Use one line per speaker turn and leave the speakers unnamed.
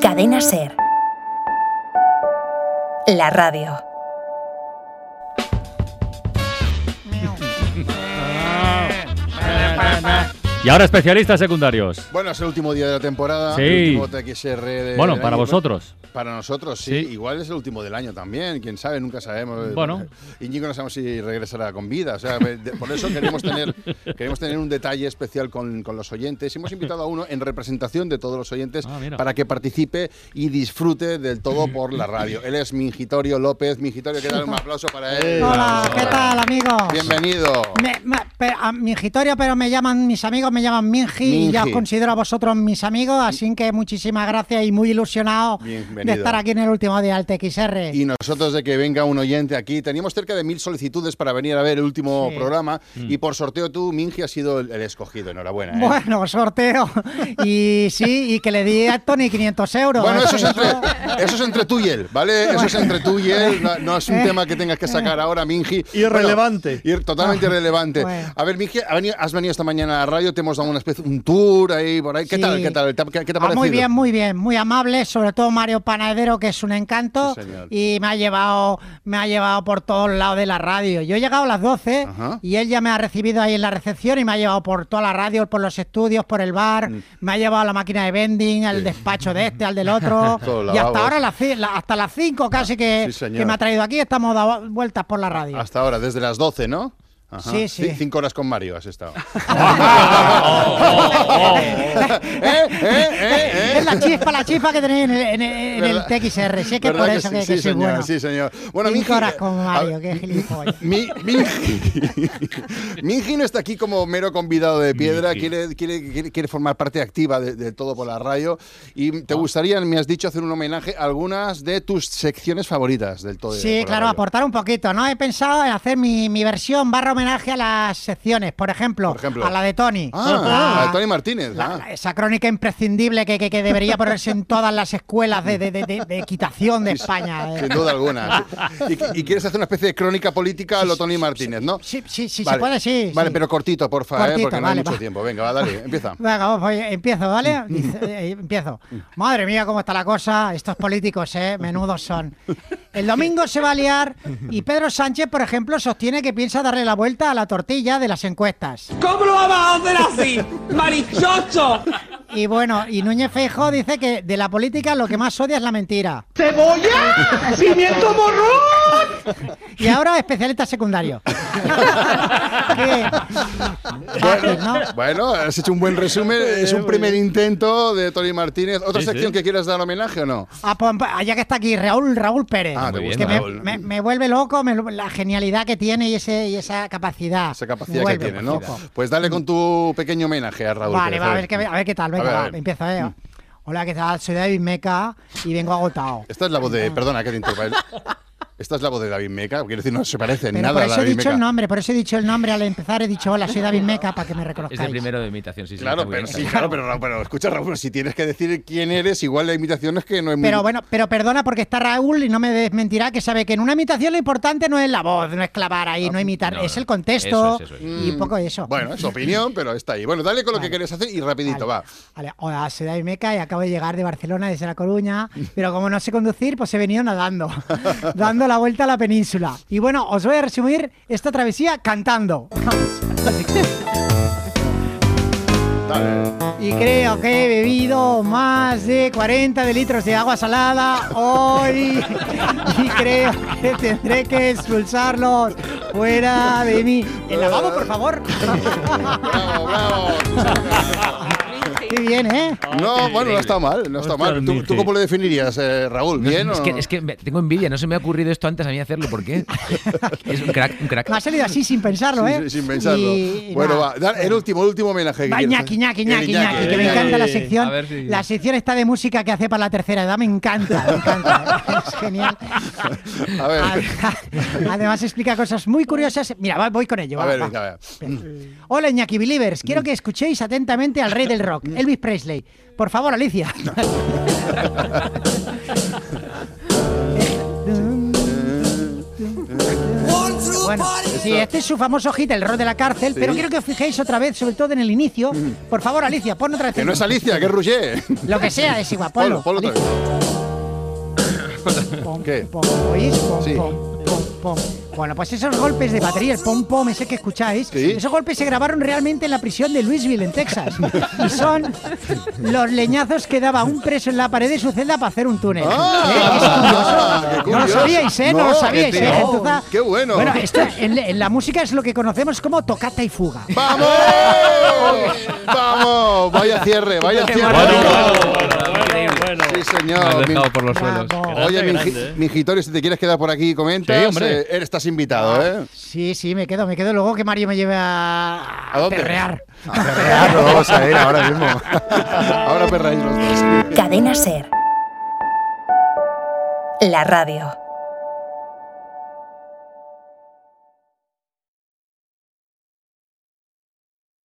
Cadena Ser. La radio.
Y ahora especialistas secundarios.
Bueno, es el último día de la temporada.
Sí.
el último TXR de-
Bueno,
del
para
año.
vosotros.
Para nosotros, sí.
Sí.
Igual es el último del año también. Quién sabe, nunca sabemos.
Bueno.
Íñigo no sabemos si regresará con vida. O sea, de- por eso queremos tener, queremos tener un detalle especial con, con los oyentes. Hemos invitado a uno en representación de todos los oyentes
Ah, mira.
para que participe y disfrute del todo por la radio. Él es Mingitorio López. Mingitorio, ¿qué tal? Un aplauso para él.
Hola, ¿qué tal, amigos?
Bienvenido.
Me- me- pe- a- Mingitorio, pero me llaman mis amigos, me llaman Mingi, y ya os
Mingi.
considero a vosotros mis amigos, así que muchísimas gracias y muy ilusionado
Bienvenido.
de estar aquí en el último día del TXR.
Y nosotros de que venga un oyente aquí, teníamos cerca de mil solicitudes para venir a ver el último
Sí.
programa y por sorteo tú, Mingi, has sido el, el escogido. Enhorabuena. ¿eh?
Bueno, sorteo. Y sí, y que le di a Tony 500 euros.
Bueno, eso es,
Eso-
entre, eso es entre tú y él, ¿vale? Eso es entre tú y él, no, no es un tema que tengas que sacar ahora, Mingi.
Irrelevante.
Bueno, ir- totalmente irrelevante.
Ah, bueno.
A ver, Mingi, ha veni- has venido esta mañana a la radio, te hemos dado una especie, un tour ahí, por ahí. ¿Qué
Sí.
tal? ¿Qué tal? ¿Te ha- ¿Qué, qué te ha
Ah,
parecido?
muy bien, muy bien, muy amable, sobre todo Mario Panadero, que es un encanto,
Sí, señor.
y me ha llevado, me ha llevado por todos lados de la radio. Yo he llegado a las 12
Ajá.
y él ya me ha recibido ahí en la recepción y me ha llevado por toda la radio, por los estudios, por el bar, me ha llevado a la máquina de vending, al
Mm. Sí.
despacho de este, al del otro,
Todos
y
lavabos.
hasta ahora las ci- la- hasta las 5 casi que,
Ah, sí, señor.
que me ha traído aquí, estamos dando vueltas por la radio.
Hasta ahora, desde las 12, ¿no? Ajá.
Sí, sí.
Ci- Cinco horas con Mario has estado. ¿Eh? ¿Eh? ¿Eh? ¿Eh?
Es la chispa, la chispa que tenéis en el, en el- en el
¿Verdad?
TXR, sí que es
¿Verdad
por eso que, que soy
señor,
bueno.
sí, señor. Bueno,
Cinco
Mingi,
horas con
eh,
Mario,
a-
qué gilipollas.
Mi, Mingi, Mingi no está aquí como mero convidado de piedra,
Mingi.
quiere, quiere, quiere, quiere formar parte activa de, de todo por la radio. Y te gustaría, me has dicho, hacer un homenaje a algunas de tus secciones favoritas del todo.
Sí, claro,
aportar.
aportar un poquito, ¿no? He pensado en hacer mi, mi versión barra homenaje a las secciones, por ejemplo,
Por ejemplo.
a la de Tony.
Ah,
La-
a Tony Martínez.
la-
ah.
la- esa crónica imprescindible que, que- que debería ponerse en todas las escuelas de, de- de- de- de equitación de España. eh.
Sin duda alguna. Y, y quieres hacer una especie de crónica política a lo Tony Martínez, ¿no?
Sí, sí, sí,
Vale.
se puede, sí.
Vale,
sí.
pero cortito, porfa, favor, ¿eh?
Cortito,
porque no hay
vale,
mucho
va.
tiempo. Venga, va, dale, empieza.
Venga, vamos, pues, empiezo,
Mm,
¿vale? Dice- eh, empiezo. Madre mía, cómo está la cosa. Estos políticos, ¿eh? Menudos son. El domingo se va a liar y Pedro Sánchez, por ejemplo, sostiene que piensa darle la vuelta a la tortilla de las encuestas.
¿Cómo lo vamos a hacer así? ¡Marichocho!
Y bueno, y Núñez Feijóo dice que de la política lo que más odia es la mentira.
¡Cebolla! ¡Pimiento morrón!
Y ahora especialista secundario. Que- Fácil, ¿no?
Bueno, has hecho un buen resumen. Es un primer intento de Tony Martínez. ¿Otra
Sí,
sección
sí.
que quieras dar homenaje o no?
Ah, pues, allá que está aquí Raúl, Raúl Pérez.
Ah, te
Muy
gusta,
que me,
Raúl.
me- me vuelve loco me lo- la genialidad que tiene y, ese, y esa capacidad.
Esa
Me
capacidad que
vuelve
tiene, ¿no?
loco.
Pues dale con tu pequeño homenaje a Raúl.
Vale,
Pérez,
va, a, ver qué, a ver qué tal.
A
Venga,
ver, a
va,
ver.
empiezo, eh. Hola, ¿qué tal? Soy David Meca y vengo agotado.
Esta es la voz de. Perdona que te interrumpa. ¿eh? Esta es la voz de David Meca. Quiero decir, no se parece en
Pero
nada
por
a
eso he
David
dicho
Meca.
el nombre, por eso he dicho el nombre al empezar. He dicho, hola, soy David Meca, para que me reconozcáis.
Es el primero de imitación, sí, sí.
Claro,
está muy
pero,
bien,
sí,
está
claro pero, Raúl, pero escucha, Raúl, si tienes que decir quién eres, igual la imitación es que no es muy-
Pero bueno, pero perdona porque está Raúl y no me desmentirá que sabe que en una imitación lo importante no es la voz, no es clavar ahí,
Ah,
no imitar,
no,
es
no.
el contexto
Eso es, eso es.
y un poco eso.
Bueno, es tu opinión, pero está ahí. Bueno, dale con lo que quieres hacer y rapidito,
Vale,
va.
vale. Hola, soy David Meca y acabo de llegar de Barcelona desde La Coruña, pero como no sé conducir, pues he venido nadando, dando la vuelta a la península. Y bueno, os voy a resumir esta travesía cantando.
Dale.
Y creo que he bebido más de 40 de litros de agua salada hoy. Y creo que tendré que expulsarlos fuera de mí. El lavabo, por favor.
Bravo, bravo.
Qué bien, ¿eh?
No, bueno, no está mal, no está
Ostras,
mal. ¿Tú, tú
Miki.
cómo lo definirías, eh, Raúl?
muy bien.
¿Bien
Es
o
que,
no?
es que me- tengo envidia, no se me ha ocurrido esto antes a mí hacerlo, ¿por qué? Es un crack, un crack.
Me ha salido así sin pensarlo, ¿eh?
Sí, sí, sin pensarlo.
Y
bueno,
nada.
va, da- el último, el último homenaje. que
Va,
quieres
Iñaki,
hacer. Eh,
Iñaki,
El
Iñaki, Iñaki, que me
Iñaki.
encanta la sección.
A ver si-
La sección está de música que hace para la tercera edad, me encanta, me encanta. Es genial.
A ver.
Ad- Además explica cosas muy curiosas. Mira, va, voy con ello. va,
A ver,
va.
venga, a ver.
Hola Iñaki Believers,
Mm.
quiero que escuchéis atentamente al rey del rock, Elvis Presley. Por favor, Alicia.
One, two,
Bueno, sí, este es su famoso hit, El rol de la cárcel,
Sí. Mm.
pero quiero que os fijéis otra vez, sobre todo en el inicio. Por favor, Alicia, pon otra vez.
Que no es Alicia, que es Rouget.
Lo que sea, es igual, ponlo.
Polo, polo otra vez.
Pom,
¿Qué?
pom, ¿oís? Pom,
Sí.
pom, pom, pom. Bueno, pues esos golpes de batería, el pom pom ese que escucháis,
Sí.
esos golpes se grabaron realmente en la prisión de Louisville, en Texas. Y son los leñazos que daba un preso en la pared de su celda para hacer un túnel.
Ah,
Eh, es curioso.
qué
No lo
curioso.
sabíais, ¿eh? No,
No,
lo
qué
sabíais, ¿eh?
tío.
gentuza?
Qué bueno.
Bueno, esto en, la- en la música es lo que conocemos como tocata y fuga.
¡Vamos! ¡Vamos! Vaya cierre, vaya cierre.
Bueno,
Bueno,
bueno, bueno, bueno.
Sí,
Me has
señor. Mi-
dejado por los
Bravo.
suelos.
Oye,
Grande,
mi,
grande, eh.
Gitorio, si te quieres quedar por aquí y comentas,
Sí, hombre.
eh, estás invitado, ¿eh?
Sí, sí, me quedo, me quedo luego que Mario me lleve a,
¿A dónde?
perrear.
A perrear, no vamos a ir ahora mismo. ahora perráis los dos.
Cadena Ser. La radio.